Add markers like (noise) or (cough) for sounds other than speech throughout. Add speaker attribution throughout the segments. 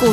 Speaker 1: 股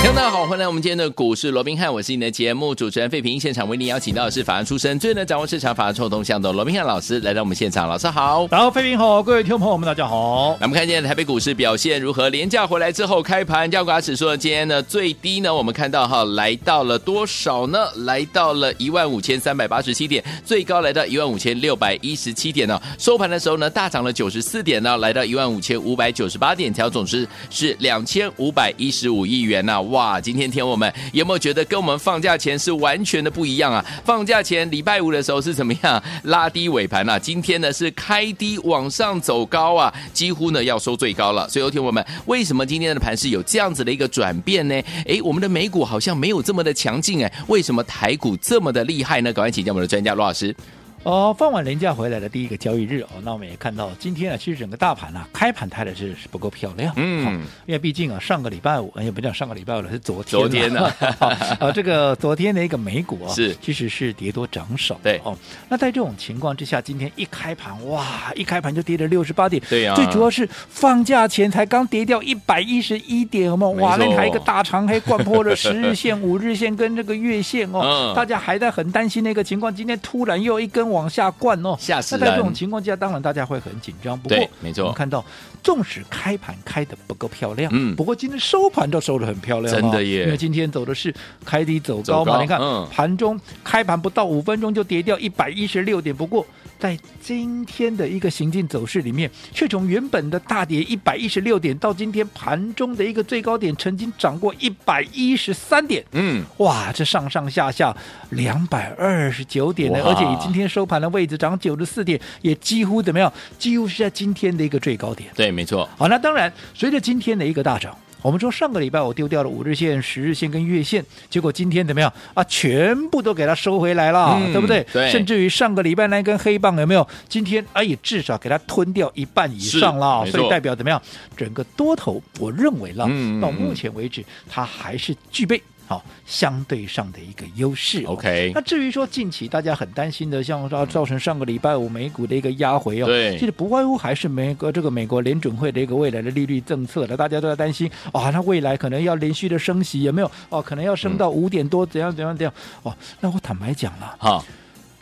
Speaker 2: 听众大家好，欢迎来我们今天的股市罗宾汉，我是你的节目主持人费平。现场为您邀请到的是法案出身、最能掌握市场法案臭动向的罗宾汉老师来到我们现场，老师好。
Speaker 3: 然后，飞平好，各位听众朋友们，大家好。
Speaker 2: 那我们看见台北股市表现如何？廉价回来之后开盘，加股指数呢今天呢最低呢，我们看到哈来到了多少呢？来到了一万五千三百八十七点，最高来到一万五千六百一十七点呢、收盘的时候呢大涨了九十四点呢、来到一万五千五百九十八点，调总值是两千五百一十五亿元呐、哇，今天天我们有没有觉得跟我们放假前是完全的不一样啊？放假前礼拜五的时候是怎么样？ (laughs) 拉低尾盘啊，今天呢是开低往上走高啊，几乎呢要收最高了。所以，有听我们，为什么今天的盘是有这样子的一个转变呢？诶，我们的美股好像没有这么的强劲哎，为什么台股这么的厉害呢？赶快请教我们的专家罗老师。
Speaker 3: 哦，放完年假回来的第一个交易日哦，那我们也看到今天啊，其实整个大盘啊，开盘它的是不够漂亮，
Speaker 2: 嗯
Speaker 3: 好因为毕竟啊，上个礼拜五，哎也不叫上个礼拜五了，是昨天，
Speaker 2: 昨天啊
Speaker 3: 啊，好啊，这个昨天的一个美股啊，
Speaker 2: 是
Speaker 3: 其实是跌多涨少，
Speaker 2: 对
Speaker 3: 哦，那在这种情况之下，今天一开盘哇，一开盘就跌了六十八点，
Speaker 2: 对啊
Speaker 3: 最主要是放假前才刚跌掉一百一十一点，有没有？哇，
Speaker 2: 没错
Speaker 3: 那还一个大长黑灌破了十日线、 (laughs) 五日线跟这个月线哦
Speaker 2: 嗯，
Speaker 3: 大家还在很担心的一个情况，今天突然又一根往下灌哦，
Speaker 2: 吓死
Speaker 3: 那在这种
Speaker 2: 人
Speaker 3: 情况下，当然大家会很紧张。不过
Speaker 2: 对，没错
Speaker 3: 我们看到纵使开盘开的不够漂亮，
Speaker 2: 嗯
Speaker 3: 不过今天收盘都收的很漂亮、哦，
Speaker 2: 真的耶
Speaker 3: 因为今天走的是开低走高
Speaker 2: 走
Speaker 3: 嘛，
Speaker 2: 高
Speaker 3: 你看、
Speaker 2: 嗯
Speaker 3: 盘中开盘不到五分钟就跌掉一百一十六点，不过在今天的一个行进走势里面，却从原本的大跌一百一十六点到今天盘中的一个最高点，曾经涨过一百一十三点，
Speaker 2: 嗯，
Speaker 3: 哇，这上上下下两百二十九点呢，
Speaker 2: 哇
Speaker 3: 而且以今天收盘的位置涨九十四点，也几乎怎么样？几乎是在今天的一个最高点。
Speaker 2: 对，没错，
Speaker 3: 好，那当然，随着今天的一个大涨。我们说上个礼拜我丢掉了五日线、十日线跟月线，结果今天怎么样啊？全部都给它收回来了，
Speaker 2: 嗯
Speaker 3: 对不对？
Speaker 2: 对
Speaker 3: 甚至于上个礼拜那根黑棒有没有？今天哎也至少给它吞掉一半以上了，
Speaker 2: 是没错
Speaker 3: 所以代表怎么样？整个多头，我认为了，
Speaker 2: 嗯嗯
Speaker 3: 到
Speaker 2: 嗯
Speaker 3: 目前为止它还是具备好、相对上的一个优势哦、 (laughs)
Speaker 2: OK
Speaker 3: 那至于说近期大家很担心的，像啊造造成上个礼拜五美股的一个压回哦，
Speaker 2: 对
Speaker 3: (laughs) 其实不外乎还是美国这个美国联准会的一个未来的利率政策了，大家都在担心啊，那未来可能要连续的升息，有没有？哦，可能要升到五点多，怎样怎样怎样？哦，那我坦白讲了，
Speaker 2: 好，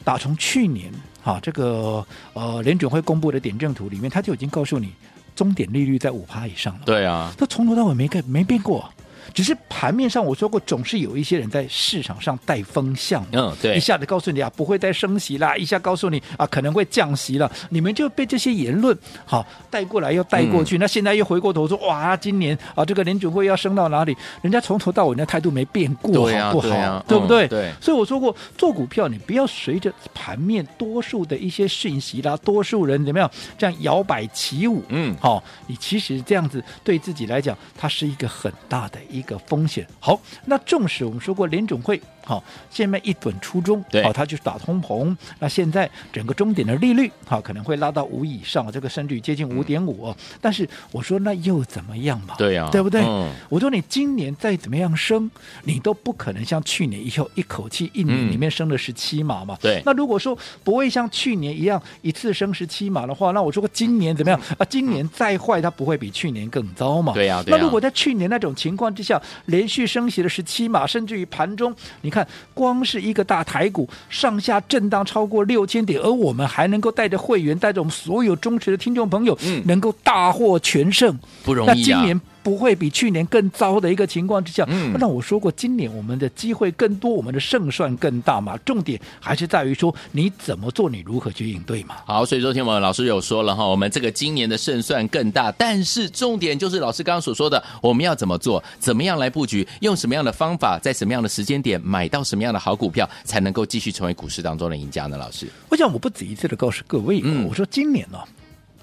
Speaker 3: 打从去年啊，这个呃联准会公布的点阵图里面，他就已经告诉你，终点利率在五趴以上了。
Speaker 2: 对啊，
Speaker 3: 它从头到尾没变没变过，只是盘面上我说过，总是有一些人在市场上带风向，
Speaker 2: 嗯对
Speaker 3: 一下子告诉你啊不会再升息啦，一下告诉你啊可能会降息了，你们就被这些言论好带过来又带过
Speaker 2: 嗯
Speaker 3: 去，那现在又回过头说哇，今年啊这个联准会要升到哪里？人家从头到尾那态度没变过，
Speaker 2: 对啊
Speaker 3: 好不好？
Speaker 2: 对啊
Speaker 3: 不对？
Speaker 2: 嗯对
Speaker 3: 所以我说过，做股票你不要随着盘面多数的一些讯息啦，多数人怎么样这样摇摆起舞，
Speaker 2: 嗯
Speaker 3: 好、你哦其实这样子对自己来讲，它是一个很大的一个风险。好，那纵使我们说过联总会，好、现在一准初衷，哦
Speaker 2: 对
Speaker 3: 好、它就是打通膨。那现在整个终点的利率，好、可能会拉到五以上，这个甚至于接近五点五。但是我说那又怎么样嘛？
Speaker 2: 嗯对啊
Speaker 3: 对不对？
Speaker 2: 嗯
Speaker 3: 我说你今年再怎么样升，你都不可能像去年以后一口气一年
Speaker 2: 嗯
Speaker 3: 里面升了十七码嘛。
Speaker 2: 对
Speaker 3: 那如果说不会像去年一样一次升十七码的话，那我说过今年怎么样啊？今年再坏，它不会比去年更糟嘛？
Speaker 2: 嗯对呀对呀
Speaker 3: 那如果在去年那种情况之下，连续升息了十七码，甚至于盘中，你看光是一个大台股上下震荡超过六千点，而我们还能够带着会员，带着我们所有忠实的听众朋友，
Speaker 2: 嗯
Speaker 3: 能够大获全胜，
Speaker 2: 不容易啊
Speaker 3: 那今年不会比去年更糟的一个情况之下，
Speaker 2: 嗯
Speaker 3: 那我说过，今年我们的机会更多，我们的胜算更大嘛。重点还是在于说你怎么做，你如何去应对嘛。
Speaker 2: 好，所以昨天我们老师有说了哈，我们这个今年的胜算更大，但是重点就是老师刚刚所说的，我们要怎么做，怎么样来布局，用什么样的方法，在什么样的时间点买到什么样的好股票，才能够继续成为股市当中的赢家呢？老师，
Speaker 3: 我想我不止一次的告诉各位，啊
Speaker 2: 嗯
Speaker 3: 我说今年呢、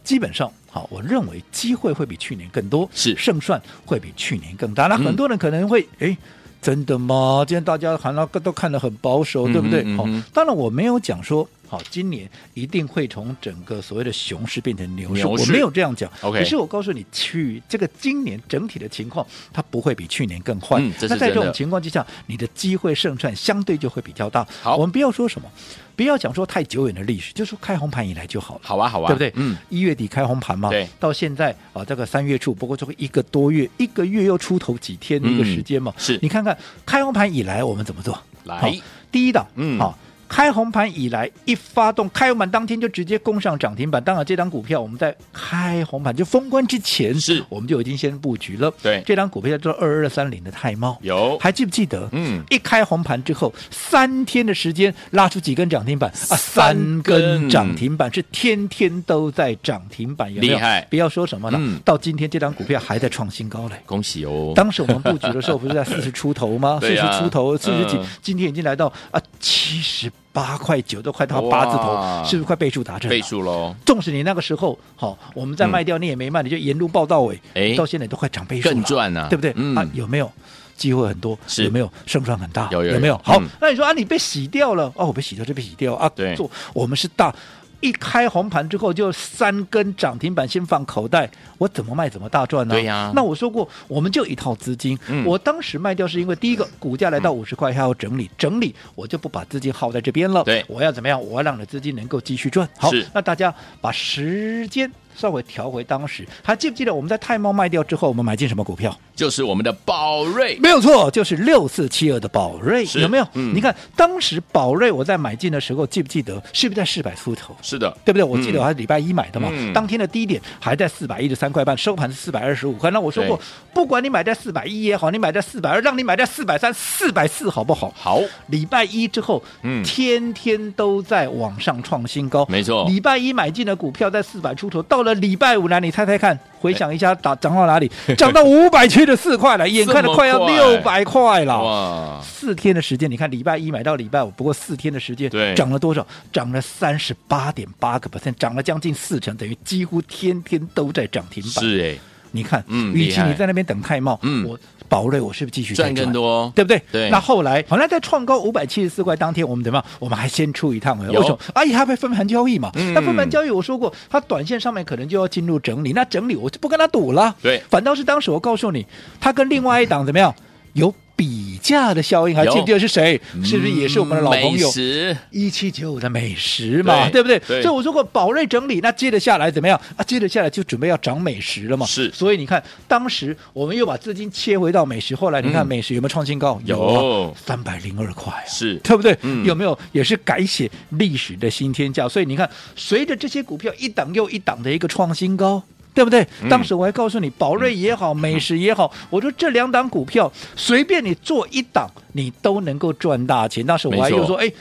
Speaker 3: 基本上好，我认为机会会比去年更多，
Speaker 2: 是
Speaker 3: 胜算会比去年更大。那
Speaker 2: 嗯
Speaker 3: 很多人可能会诶。真的吗？今天大家看到都看得很保守，
Speaker 2: 嗯哼
Speaker 3: 对不对？
Speaker 2: 嗯
Speaker 3: 好、
Speaker 2: 哼
Speaker 3: 当然我没有讲说好，今年一定会从整个所谓的熊市变成牛市。
Speaker 2: 牛市
Speaker 3: 我没有这样讲
Speaker 2: OK
Speaker 3: 可是我告诉你，去这个今年整体的情况，它不会比去年更坏。
Speaker 2: 嗯这是
Speaker 3: 那在这
Speaker 2: 真
Speaker 3: 种
Speaker 2: 的
Speaker 3: 情况之下，你的机会胜算相对就会比较大。
Speaker 2: 好
Speaker 3: 我们不要说什么，不要讲说太久远的历史，就说开红盘以来就好了。
Speaker 2: 好啊，好啊，
Speaker 3: 对不对？
Speaker 2: 嗯，，
Speaker 3: 一月底开红盘嘛，
Speaker 2: 对
Speaker 3: 到现在啊，这个三月初，不过这个一个多月，一个月又出头几天的一个时间嘛。
Speaker 2: 嗯是
Speaker 3: 你看看开红盘以来我们怎么做？
Speaker 2: 来
Speaker 3: 好第一档，
Speaker 2: 嗯
Speaker 3: 好。开红盘以来，一发动开红盘当天就直接攻上涨停板。当然，这张股票我们在开红盘就封关之前，
Speaker 2: 是
Speaker 3: 我们就已经先布局了。
Speaker 2: 对
Speaker 3: 这张股票叫做二二三零的泰茂，
Speaker 2: 有
Speaker 3: 还记不记得？
Speaker 2: 哦嗯
Speaker 3: 一开红盘之后，三天的时间拉出几根涨停板啊，
Speaker 2: 三
Speaker 3: 三
Speaker 2: 根
Speaker 3: 根涨停板是天天都在涨停板，有没有
Speaker 2: 厉害
Speaker 3: 不要说什么了，
Speaker 2: 嗯
Speaker 3: 到今天这张股票还在创新高嘞。
Speaker 2: 恭喜哦，
Speaker 3: 当时我们布局的时候不是在四十出头吗？四
Speaker 2: (laughs) 对
Speaker 3: 十、
Speaker 2: 啊
Speaker 3: 出头，四十几，
Speaker 2: 嗯
Speaker 3: 今天已经来到啊七十八块九，都快到八字
Speaker 2: 哇
Speaker 3: 头，是不是快倍数达阵了？
Speaker 2: 倍数喽，
Speaker 3: 纵使你那个时候好、我们再卖掉你也没卖，你就沿路报到尾，
Speaker 2: 哎
Speaker 3: 到现在都快涨倍数了，
Speaker 2: 更赚啊
Speaker 3: 对不对？
Speaker 2: 嗯
Speaker 3: 啊，有没有机会很多？
Speaker 2: 是
Speaker 3: 有没有胜算很大？
Speaker 2: 有有有
Speaker 3: 没有？好，
Speaker 2: 嗯
Speaker 3: 那你说啊，你被洗掉了哦，我被洗掉就被洗掉啊，
Speaker 2: 对
Speaker 3: 做我们是大。一开红盘之后就三根涨停板，先放口袋，我怎么卖怎么大赚呢、
Speaker 2: 对呀
Speaker 3: 那我说过，我们就一套资金。
Speaker 2: 嗯
Speaker 3: 我当时卖掉是因为第一个股价来到五十块，它要整理，整理我就不把资金耗在这边了。
Speaker 2: 对
Speaker 3: 我要怎么样？我要让你的资金能够继续赚。好
Speaker 2: 是，
Speaker 3: 那大家把时间稍微调回当时，还记不记得我们在泰茂卖掉之后，我们买进什么股票？
Speaker 2: 就是我们的宝瑞，
Speaker 3: 没有错，就是六四七二的宝瑞，
Speaker 2: 是
Speaker 3: 有没有？
Speaker 2: 嗯
Speaker 3: 你看当时宝瑞我在买进的时候，记不记得是不是在四百出头？
Speaker 2: 是的，
Speaker 3: 对不对？我记
Speaker 2: 嗯
Speaker 3: 得我还是礼拜一买的嘛，
Speaker 2: 嗯
Speaker 3: 当天的低点还在四百一十三块半，收盘是四百二十五块。那我说过
Speaker 2: 对，
Speaker 3: 不管你买在四百一也好，你买在四百二，让你买在四百三、四百四，好不好？
Speaker 2: 好，
Speaker 3: 礼拜一之后，
Speaker 2: 嗯
Speaker 3: 天天都在往上创新高，
Speaker 2: 没错
Speaker 3: 礼拜一买进的股票在四百出头，到了礼拜五呢，你猜猜看，回想一下打涨到哪里？涨到五百七十
Speaker 2: (laughs)
Speaker 3: 四块了，眼看着快要
Speaker 2: 哎这
Speaker 3: 六
Speaker 2: 么
Speaker 3: 百块了。
Speaker 2: 哇，
Speaker 3: 四天的时间，你看礼拜一买到礼拜五，不过四天的时间，
Speaker 2: 对
Speaker 3: 涨了多少？涨了三十八点八个 percent，涨了将近四成，等于几乎天天都在涨停板。
Speaker 2: 是哎，
Speaker 3: 你看，
Speaker 2: 嗯
Speaker 3: 与
Speaker 2: 厉
Speaker 3: 其
Speaker 2: 害
Speaker 3: 你在那边等太茂，
Speaker 2: 嗯
Speaker 3: 我宝瑞我是不是继续在
Speaker 2: 赚更多
Speaker 3: 对不对？
Speaker 2: 哦对
Speaker 3: 那后来，好像在创高五百七十四块当天，我们怎么样？我们还先出一趟，
Speaker 2: 有
Speaker 3: 为什么？哎，它被分盘交易嘛。
Speaker 2: 嗯
Speaker 3: 那分盘交易，我说过，它短线上面可能就要进入整理，那整理我就不跟它赌了。
Speaker 2: 对
Speaker 3: 反倒是当时我告诉你，它跟另外一档怎么样有比价的效应，还
Speaker 2: 有
Speaker 3: 记不记得是谁？
Speaker 2: 嗯
Speaker 3: 是不是也是我们的老朋友
Speaker 2: 美？食
Speaker 3: 一七九五的美食嘛，
Speaker 2: 对
Speaker 3: 对不对？
Speaker 2: 对
Speaker 3: 所以我说过宝瑞整理，那接着下来怎么样啊？接着下来就准备要涨美食了嘛。
Speaker 2: 是
Speaker 3: 所以你看，当时我们又把资金切回到美食，后来你看
Speaker 2: 嗯
Speaker 3: 美食有没有创新高？啊
Speaker 2: 有
Speaker 3: 三百零二块、啊，
Speaker 2: 是
Speaker 3: 对不对？
Speaker 2: 嗯
Speaker 3: 有没有也是改写历史的新天价？所以你看，随着这些股票一档又一档的一个创新高。对不对？
Speaker 2: 嗯
Speaker 3: 当时我还告诉你，宝瑞也好，美食也好，我说这两档股票随便你做一档，你都能够赚大钱。当时我
Speaker 2: 没
Speaker 3: 还
Speaker 2: 错
Speaker 3: 又说，哎，《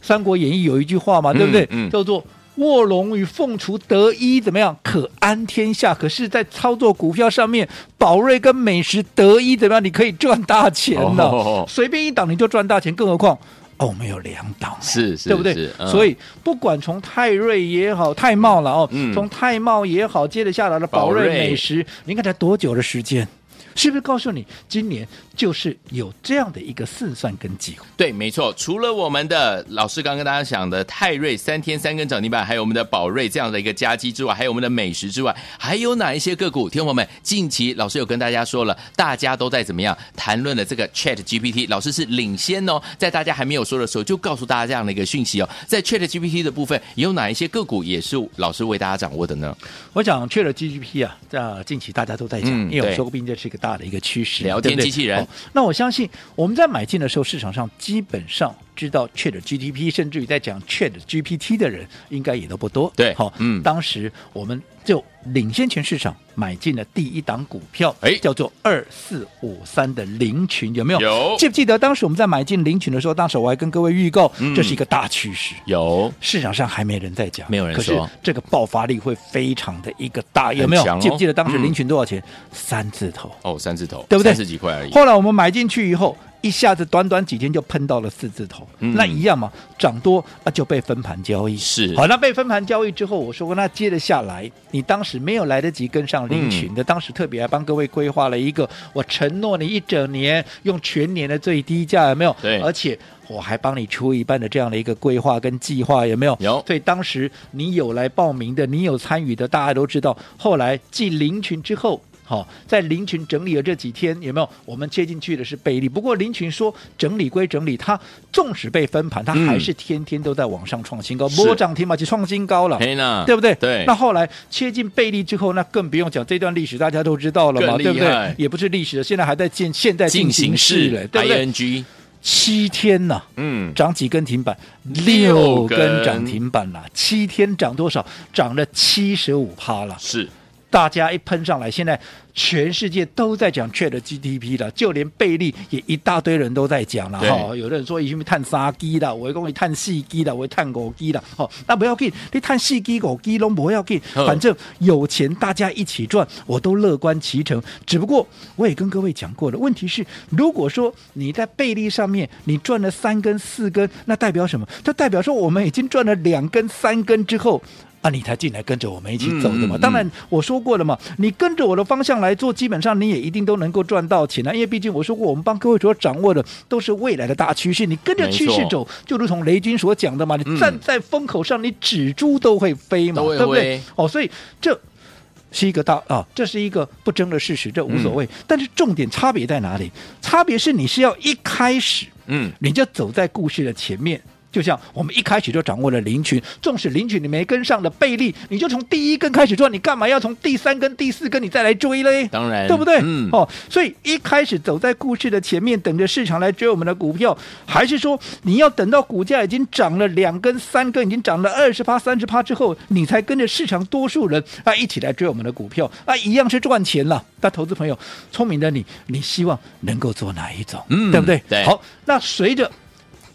Speaker 3: 三国演义》有一句话嘛，对不对？
Speaker 2: 嗯嗯
Speaker 3: 叫做卧龙与凤雏得一，怎么样可安天下？可是，在操作股票上面，宝瑞跟美食得一，怎么样？你可以赚大钱呢、
Speaker 2: 哦
Speaker 3: 随便一档你就赚大钱，更何况哦，我们有两档，
Speaker 2: 是是，
Speaker 3: 对不对？
Speaker 2: 是嗯
Speaker 3: 所以不管从泰瑞也好，泰茂了哦，
Speaker 2: 嗯
Speaker 3: 从泰茂也好，接着下来的宝
Speaker 2: 宝
Speaker 3: 瑞
Speaker 2: 瑞
Speaker 3: 美食，你看才多久的时间？是不是告诉你，今年就是有这样的一个胜算跟机会？
Speaker 2: 对，没错，除了我们的老师刚跟大家讲的泰瑞三天三根涨停板，还有我们的宝瑞这样的一个加基之外，还有我们的美食之外，还有哪一些个股？听众朋友们，近期老师有跟大家说了，大家都在怎么样谈论了这个 Chat GPT，老师是领先哦，在大家还没有说的时候就告诉大家这样的一个讯息哦，在 Chat GPT 的部分，有哪一些个股也是老师为大家掌握的呢？
Speaker 3: 我想 Chat GDP 啊，在近期大家都在讲，
Speaker 2: 嗯
Speaker 3: 因为
Speaker 2: 对
Speaker 3: 我说过，毕竟这是一个大的一个趋势，
Speaker 2: 聊
Speaker 3: 对
Speaker 2: 天
Speaker 3: 不对
Speaker 2: 机器人
Speaker 3: 哦那我相信我们在买进的时候，市场上基本上知道 Chat GDP，甚至于在讲 Chat GPT 的人，应该也都不多。
Speaker 2: 对
Speaker 3: 好、
Speaker 2: 嗯
Speaker 3: 当时我们就领先全市场买进了第一档股票，
Speaker 2: 哎
Speaker 3: 叫做二四五三的林群，有没有？
Speaker 2: 有
Speaker 3: 记不记得当时我们在买进林群的时候，当时我还跟各位预告，
Speaker 2: 嗯
Speaker 3: 这是一个大趋势。
Speaker 2: 有，
Speaker 3: 市场上还没人在讲，
Speaker 2: 没有人
Speaker 3: 可是
Speaker 2: 说
Speaker 3: 这个爆发力会非常的一个大，有没
Speaker 2: 很强哦
Speaker 3: 有？记不记得当时
Speaker 2: 嗯
Speaker 3: 林群多少钱？三字头。
Speaker 2: 哦，三字头，
Speaker 3: 对不对？
Speaker 2: 三十几块而已，
Speaker 3: 后来我们买进去以后，一下子短短几天就喷到了四字头，
Speaker 2: 嗯
Speaker 3: 那一样嘛，涨多啊就被分盘交易。
Speaker 2: 是
Speaker 3: 好，那被分盘交易之后，我说过，那接着下来，你当时没有来得及跟上领
Speaker 2: 嗯
Speaker 3: 取的，当时特别还帮各位规划了一个，我承诺你一整年用全年的最低价，有没有？
Speaker 2: 对
Speaker 3: 而且。我还帮你出一半的这样的一个规划跟计划，有没有？
Speaker 2: 有
Speaker 3: 所以当时你有来报名的，你有参与的，大家都知道。后来继林群之后。好，在林群整理了这几天，有没有？我们切进去的是贝利，不过林群说整理归整理，它纵使被分盘，它
Speaker 2: 嗯
Speaker 3: 还是天天都在往上创新高，
Speaker 2: 是
Speaker 3: 摸涨停嘛，就创新高了。
Speaker 2: 黑呢，
Speaker 3: 对不对？
Speaker 2: 对
Speaker 3: 那后来切进贝利之后，那更不用讲，这段历史大家都知道了嘛，
Speaker 2: 更厉
Speaker 3: 对不对
Speaker 2: 害？
Speaker 3: 也不是历史了，现在还在进现在进
Speaker 2: 进
Speaker 3: 行
Speaker 2: 行
Speaker 3: 式
Speaker 2: 式
Speaker 3: 了，对不对？
Speaker 2: ，ing，
Speaker 3: 七天呐、
Speaker 2: 嗯，
Speaker 3: 涨几根停板？
Speaker 2: 六
Speaker 3: 六
Speaker 2: 根
Speaker 3: 根涨停板啦！七天涨多少？涨了七十五趴啦！
Speaker 2: 是
Speaker 3: 大家一喷上来，现在全世界都在讲 Chat GTP 了，就连贝利也一大堆人都在讲了
Speaker 2: 对
Speaker 3: 哈、有的人说已经探三 G 了，我讲一探四 G 了，我探五 G 了，哦，那不要紧，你探四 G 五 G 都不要紧，
Speaker 2: 嗯
Speaker 3: 反正有钱大家一起赚，我都乐观其成。只不过我也跟各位讲过了，问题是如果说你在贝利上面你赚了三根四根，那代表什么？这代表说我们已经赚了两根三根之后。啊，你才进来跟着我们一起走的嘛？
Speaker 2: 嗯嗯嗯
Speaker 3: 当然，我说过了嘛，你跟着我的方向来做，基本上你也一定都能够赚到钱啊。因为毕竟我说过，我们帮各位所掌握的都是未来的大趋势，你跟着
Speaker 2: 没错
Speaker 3: 趋势走，就如同雷军所讲的嘛，
Speaker 2: 嗯
Speaker 3: 你站在风口上，你纸猪都会飞嘛，
Speaker 2: 都会
Speaker 3: 对不
Speaker 2: 飞
Speaker 3: 对？哦，所以这。是一个大啊，这是一个不争的事实，这无所谓。但是重点差别在哪里？差别是你是要一开始，
Speaker 2: 嗯，
Speaker 3: 你就走在故事的前面。就像我们一开始就掌握了林群，纵使林群你没跟上的贝利，你就从第一根开始赚，你干嘛要从第三根、第四根你再来追嘞？
Speaker 2: 当然，
Speaker 3: 对不对？
Speaker 2: 嗯，
Speaker 3: 哦，所以一开始走在故事的前面，等着市场来追我们的股票，还是说你要等到股价已经涨了两根、三根，已经涨了二十趴、三十趴之后，你才跟着市场多数人啊一起来追我们的股票啊，一样是赚钱了。那投资朋友，聪明的你，你希望能够做哪一种？
Speaker 2: 嗯
Speaker 3: 对不对？
Speaker 2: 对
Speaker 3: 好，那随着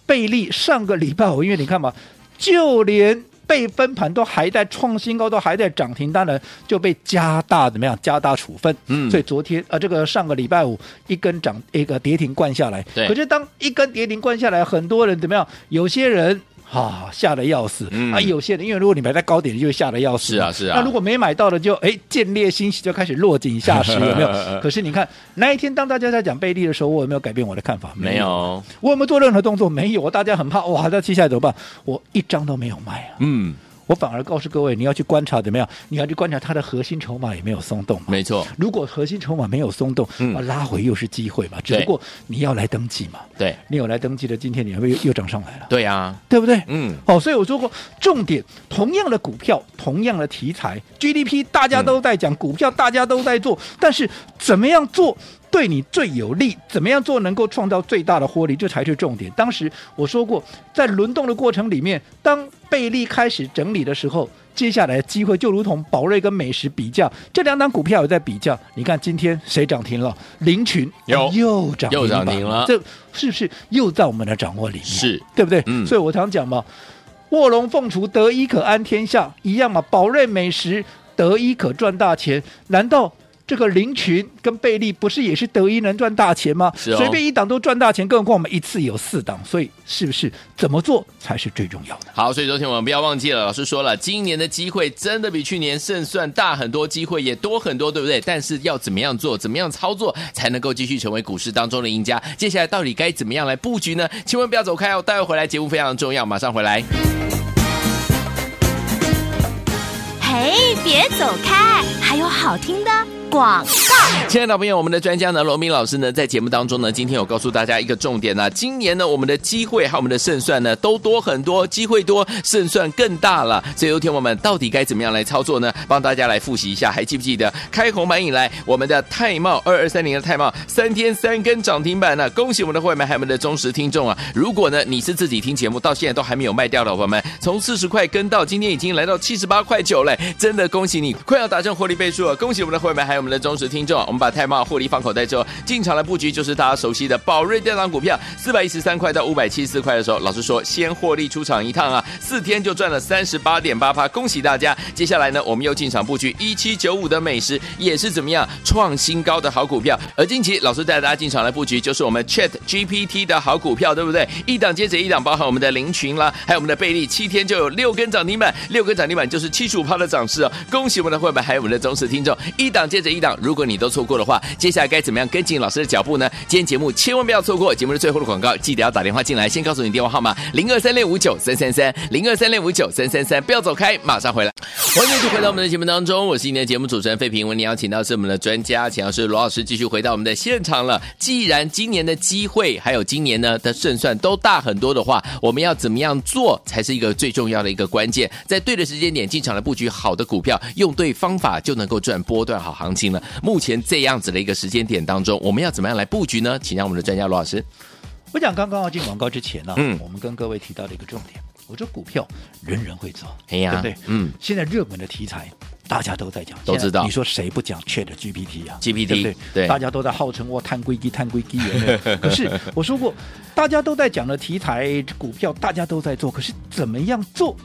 Speaker 3: 贝利上个礼拜五，因为你看嘛，就连被分盘都还在创新高，都还在涨停，当然就被加大怎么样？加大处分。
Speaker 2: 嗯
Speaker 3: 所以昨天呃，这个上个礼拜五一根涨一个跌停灌下来，
Speaker 2: 对
Speaker 3: 可是当一根跌停灌下来，很多人怎么样？有些人。啊，吓得要死、
Speaker 2: 嗯
Speaker 3: 啊！有些人因为如果你买在高点，你就会吓得要死
Speaker 2: 是啊
Speaker 3: 嘛
Speaker 2: 是啊？
Speaker 3: 那如果没买到的就，哎见猎欣喜，就开始落井下石，有没有
Speaker 2: (laughs)
Speaker 3: 可是你看那一天，当大家在讲贝利的时候，我有没有改变我的看法？
Speaker 2: 没有，
Speaker 3: 我有没有做任何动作？没有，大家很怕哇，那接下来怎么办？我一张都没有卖啊，
Speaker 2: 嗯，
Speaker 3: 我反而告诉各位，你要去观察怎么样？你要去观察它的核心筹码有没有松动嘛。
Speaker 2: 没错，
Speaker 3: 如果核心筹码没有松动，
Speaker 2: 嗯
Speaker 3: 啊，拉回又是机会嘛。只
Speaker 2: 对
Speaker 3: 不过你要来登记嘛，
Speaker 2: 对，
Speaker 3: 你有来登记的，今天你会又又涨上来了，
Speaker 2: 对啊，
Speaker 3: 对不对？
Speaker 2: 嗯，
Speaker 3: 哦，所以我说过，重点同样的股票，同样的题材，GDP 大家
Speaker 2: 嗯
Speaker 3: 都在讲，股票大家都在做，但是怎么样做对你最有利？怎么样做能够创造最大的获利？这才是重点。当时我说过，在轮动的过程里面，当贝利开始整理的时候。接下来的机会就如同宝瑞跟美食比价，这两档股票有在比较。你看今天谁涨停了？林群
Speaker 2: 有
Speaker 3: 又涨停
Speaker 2: 又涨
Speaker 3: 板
Speaker 2: 停了
Speaker 3: 这是不是又在我们的掌握里面？
Speaker 2: 是，
Speaker 3: 对不对？
Speaker 2: 嗯
Speaker 3: 所以我常讲嘛，卧龙凤雏，得一可安天下，一样嘛。宝瑞美食，得一可赚大钱，难道？这个林群跟贝利不是也是得一能赚大钱吗？
Speaker 2: 是哦
Speaker 3: 随便一档都赚大钱，更何况我们一次有四档，所以是不是怎么做才是最重要的？
Speaker 2: 好，所以昨天我们不要忘记了，老师说了，今年的机会真的比去年胜算大很多，机会也多很多，对不对？但是要怎么样做，怎么样操作才能够继续成为股市当中的赢家？接下来到底该怎么样来布局呢？千万不要走开哦，待会回来节目非常重要，马上回来。
Speaker 1: 嘿，别走开，还有好听的广。
Speaker 2: (laughs) 亲爱的朋友，我们的专家呢，罗明老师呢，在节目当中呢，今天有告诉大家一个重点呢、今年呢，我们的机会和我们的胜算呢，都多很多，机会多，胜算更大了。所以，有天我们到底该怎么样来操作呢？帮大家来复习一下，还记不记得开红盘以来，我们的泰茂二二三零的泰茂三天三根涨停板呢、啊恭喜我们的会员，还有我们的忠实听众啊！如果呢你是自己听节目到现在都还没有卖掉的伙伴们，从四十块跟到今天已经来到七十八块九了，真的恭喜你，快要达成获利倍数了！恭喜我们的会员，还有我们。我们的忠实听众，我们把泰茂获利放口袋之后，进场的布局就是大家熟悉的宝瑞电档股票，四百一十三块到五百七十四块的时候，老师说先获利出场一趟啊，四天就赚了三十八点八趴，恭喜大家！接下来呢，我们又进场布局一七九五的美食，也是怎么样创新高的好股票。而近期老师带大家进场来布局，就是我们 Chat GPT 的好股票，对不对？一档接着一档，包含我们的林群啦，还有我们的贝利，七天就有六根涨停板，六根涨停板就是七十五趴的涨势哦。恭喜我们的会员，还有我们的忠实听众，一档接着一档。如果你都错过的话，接下来该怎么样跟紧老师的脚步呢？今天节目千万不要错过，节目的最后的广告，记得要打电话进来，先告诉你电话号码零二三六五九三三三零二三六五九三三三，不要走开，马上回来。欢迎继续回到我们的节目当中，我是您的节目主持人费平。为您邀请到是我们的专家，请到是罗老师，继续回到我们的现场了。既然今年的机会还有今年呢的胜算都大很多的话，我们要怎么样做才是一个最重要的一个关键？在对的时间点进场来布局好的股票，用对方法就能够赚波段好行情了。目前这样子的一个时间点当中，我们要怎么样来布局呢？请让我们的专家罗老师。
Speaker 3: 我讲刚刚啊要进广告之前呢、
Speaker 2: 嗯
Speaker 3: 我们跟各位提到的一个重点，我说股票人人会做，
Speaker 2: 哎呀
Speaker 3: 对不对？
Speaker 2: 嗯，
Speaker 3: 现在热门的题材。大家都在讲，
Speaker 2: 都知道
Speaker 3: 现在你说谁不讲 Chat GPT 啊
Speaker 2: GPT
Speaker 3: 对不对？
Speaker 2: 对
Speaker 3: 大家都在号称我碳硅基、碳硅基，有没
Speaker 2: (laughs)
Speaker 3: 有可是我说过，大家都在讲的题材股票，大家都在做，可是怎么样做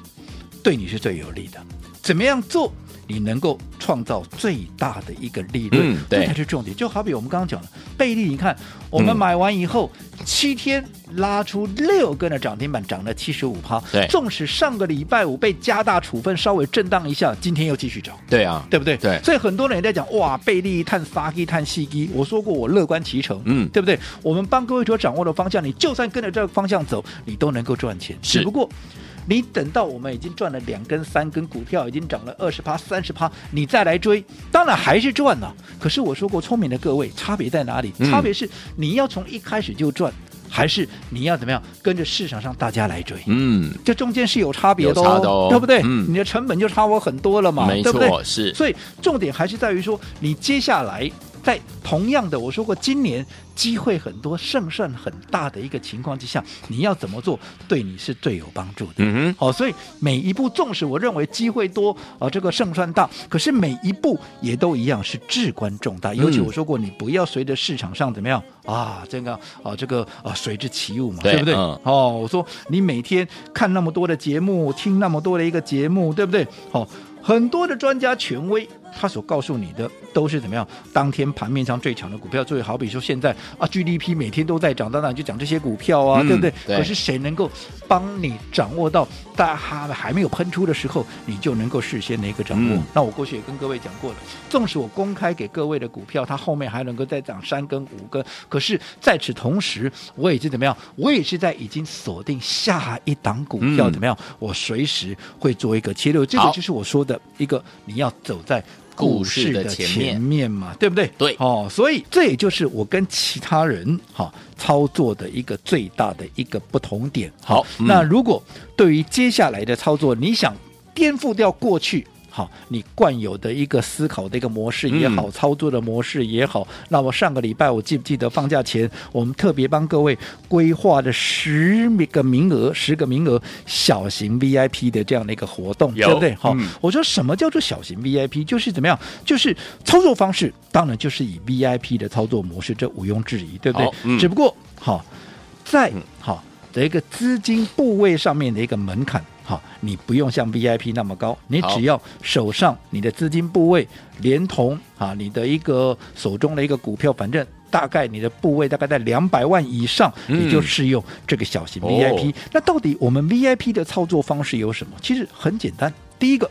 Speaker 3: 对你是最有利的？怎么样做你能够创造最大的一个利润？
Speaker 2: 嗯对
Speaker 3: 这才是重点。就好比我们刚刚讲的贝利，你看我们
Speaker 2: 嗯
Speaker 3: 买完以后、七天拉出六根的涨停板，涨了七十五趴。
Speaker 2: 对
Speaker 3: 纵使上个礼拜五被加大处分，稍微震荡一下，今天又继续涨。
Speaker 2: 对啊，
Speaker 3: 对不对？
Speaker 2: 对
Speaker 3: 所以很多人也在讲哇，贝利探沙基探细基，我说过我乐观其成，
Speaker 2: 嗯
Speaker 3: 对不对？我们帮各位所掌握的方向，你就算跟着这个方向走，你都能够赚钱。
Speaker 2: 是
Speaker 3: 只不过。你等到我们已经赚了两根、三根股票，已经涨了二十趴、三十趴，你再来追，当然还是赚了、啊可是我说过，聪明的各位，差别在哪里？
Speaker 2: 嗯
Speaker 3: 差别是你要从一开始就赚，还是你要怎么样跟着市场上大家来追？
Speaker 2: 嗯，
Speaker 3: 这中间是有差别的
Speaker 2: 有差的哦
Speaker 3: 哦对不对？
Speaker 2: 嗯
Speaker 3: 你的成本就差我很多了嘛，
Speaker 2: 没
Speaker 3: 对不对？
Speaker 2: 错，是
Speaker 3: 所以重点还是在于说，你接下来在同样的，我说过，今年机会很多、胜算很大的一个情况之下，你要怎么做，对你是最有帮助的。
Speaker 2: 嗯
Speaker 3: 好、所以每一步，纵使我认为机会多啊、这个胜算大，可是每一步也都一样是至关重大。尤其
Speaker 2: 嗯
Speaker 3: 我说过，你不要随着市场上怎么样啊，这个啊，这个啊，随之起舞嘛，
Speaker 2: 对
Speaker 3: 不对？
Speaker 2: 嗯
Speaker 3: 哦，我说你每天看那么多的节目，听那么多的一个节目，对不对？好、很多的专家权威。他所告诉你的都是怎么样？当天盘面上最强的股票，最好比说现在啊，GDP 每天都在涨，当然就讲这些股票啊，
Speaker 2: 嗯
Speaker 3: 对不对？
Speaker 2: 对
Speaker 3: 可是谁能够帮你掌握到大它还没有喷出的时候，你就能够事先的一个掌握？
Speaker 2: 嗯
Speaker 3: 那我过去也跟各位讲过了，纵使我公开给各位的股票，它后面还能够再涨三根五根，可是在此同时，我已经怎么样？我也是在已经锁定下一档股票
Speaker 2: 嗯
Speaker 3: 怎么样？我随时会做一个切入，这
Speaker 2: 好
Speaker 3: 个就是我说的一个你要走在。
Speaker 2: 故
Speaker 3: 故
Speaker 2: 事
Speaker 3: 事
Speaker 2: 的
Speaker 3: 的
Speaker 2: 前面
Speaker 3: 前面嘛，对不对？
Speaker 2: 对
Speaker 3: 哦，所以这也就是我跟其他人哈、操作的一个最大的一个不同点。哦
Speaker 2: 好嗯
Speaker 3: 那如果对于接下来的操作，你想颠覆掉过去。好，你惯有的一个思考的一个模式也
Speaker 2: 嗯
Speaker 3: 好，操作的模式也好，那我上个礼拜我记不记得放假前，我们特别帮各位规划的十个名额，十个名额小型 VIP 的这样的一个活动，
Speaker 2: 有
Speaker 3: 对不对？哦好、
Speaker 2: 嗯
Speaker 3: 我说什么叫做小型 VIP？就是怎么样？就是操作方式，当然就是以 VIP 的操作模式，这毋庸置疑，对不对
Speaker 2: 好？嗯
Speaker 3: 只不过好、在好、的一个资金部位上面的一个门槛，好、你不用像 VIP 那么高，你
Speaker 2: 好
Speaker 3: 只要手上你的资金部位连同啊你的一个手中的一个股票，反正。大概你的部位大概在两百万以上，
Speaker 2: 嗯
Speaker 3: 你就适用这个小型
Speaker 2: 哦
Speaker 3: VIP、那到底我们 VIP 的操作方式有什么？其实很简单，第一个。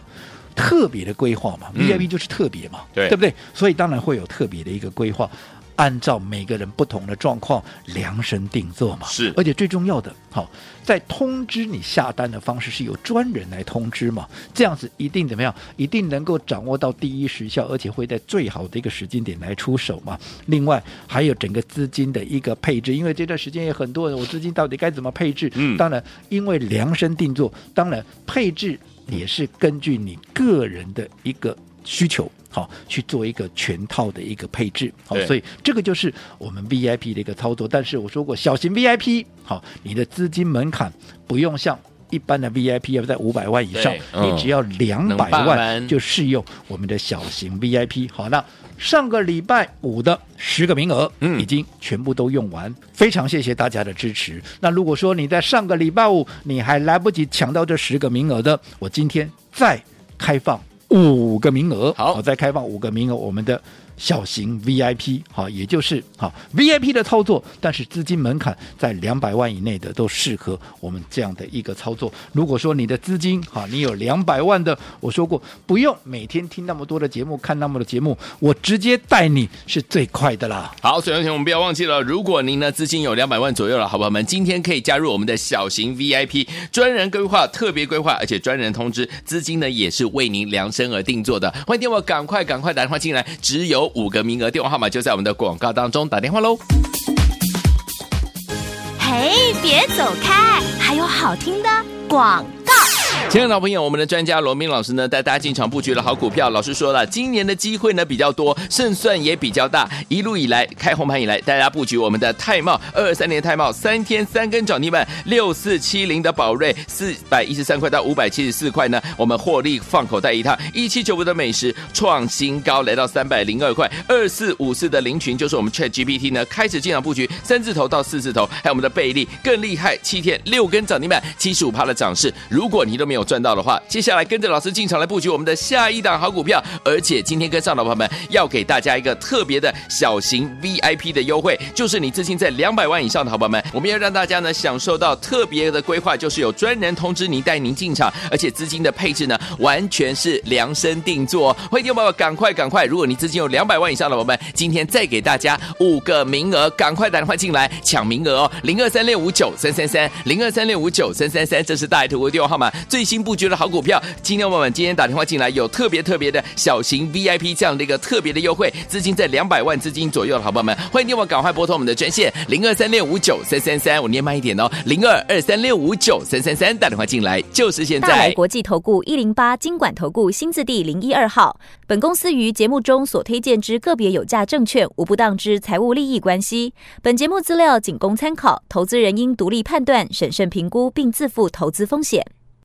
Speaker 3: 特别的规划嘛、
Speaker 2: 嗯
Speaker 3: v i p 就是特别嘛，
Speaker 2: 对
Speaker 3: 对不对？所以当然会有特别的一个规划，按照每个人不同的状况量身定做嘛。
Speaker 2: 是
Speaker 3: 而且最重要的，好、在通知你下单的方式是由专人来通知嘛，这样子一定怎么样？一定能够掌握到第一时效，而且会在最好的一个时间点来出手嘛。另外还有整个资金的一个配置，因为这段时间也很多人，我资金到底该怎么配置？
Speaker 2: 嗯
Speaker 3: 当然，因为量身定做，当然配置也是根据你个人的一个需求。好，去做一个全套的一个配置，好
Speaker 2: 对，
Speaker 3: 所以这个就是我们 VIP 的一个操作。但是我说过，小型 VIP，好，你的资金门槛不用像一般的 VIP 要在五百万以上
Speaker 2: 对，嗯
Speaker 3: 你只要两
Speaker 2: 能
Speaker 3: 百
Speaker 2: 办完
Speaker 3: 万就适用我们的小型 VIP。好，那上个礼拜五的十个名额，
Speaker 2: 嗯
Speaker 3: 已经全部都用完，非常谢谢大家的支持。那如果说你在上个礼拜五你还来不及抢到这十个名额的，我今天再开放五个名额，
Speaker 2: 好
Speaker 3: 我再开放五个名额，我们的。小型 VIP 好，也就是好 VIP 的操作，但是资金门槛在两百万以内的都适合我们这样的一个操作。如果说你的资金好，你有两百万的，我说过不用每天听那么多的节目，看那么多的节目，我直接带你是最快的啦。
Speaker 2: 好，所以同学们不要忘记了，如果您呢资金有两百万左右了，好朋友们，今天可以加入我们的小型 VIP 专人规划、特别规划，而且专人通知，资金呢也是为您量身而定做的。欢迎电话赶快赶快打电话进来，只有五个名额，电话号码就在我们的广告当中，打电话喽。
Speaker 1: 嘿，别走开，还有好听的广告。
Speaker 2: 亲爱的老朋友，我们的专家罗明老师呢，带大家进场布局了好股票。老师说了，今年的机会呢比较多，胜算也比较大。一路以来，开红盘以来，大家布局我们的泰茂二三年泰茂，三天三根涨停板，六四七零的宝瑞四百一十三块到五百七十四块呢，我们获利放口袋一趟。一七九五的美食创新高，来到三百零二块。二四五四的林群就是我们 Chat GPT 呢开始进场布局，三字头到四字头，还有我们的贝利更厉害，七天六根涨停板，七十五趴的涨势。如果你都没有赚到的话，接下来跟着老师进场来布局我们的下一档好股票，而且今天跟上的朋友们要给大家一个特别的小型 VIP 的优惠，就是你资金在两百万以上的好朋友们，我们要让大家呢享受到特别的规划，就是有专人通知您带您进场，而且资金的配置呢完全是量身定做、哦。欢迎听众朋友们赶快赶快，如果你资金有两百万以上的朋友们，今天再给大家五个名额，赶快打电话进来抢名额哦，零二三六五九三三三零二三六五九三三三，这是大爱图的电话号码，最新布局的好股票。今天我们今天打电话进来有特别特别的小型 VIP 这样的一个特别的优惠，资金在两百万资金左右的好朋友们，欢迎电话赶快拨通我们的专线零二三六五九三三三，我念慢一点哦，零二二三六五九三三三，打电话进来就是现
Speaker 4: 大来
Speaker 2: 在。
Speaker 4: 国际投顾一零八金管投顾新字第零一二号。本公司于节目中所推荐之个别有价证券，无不当之财务利益关系。本节目资料仅供参考，投资人应独立判断、审慎评估，并自负投资风险。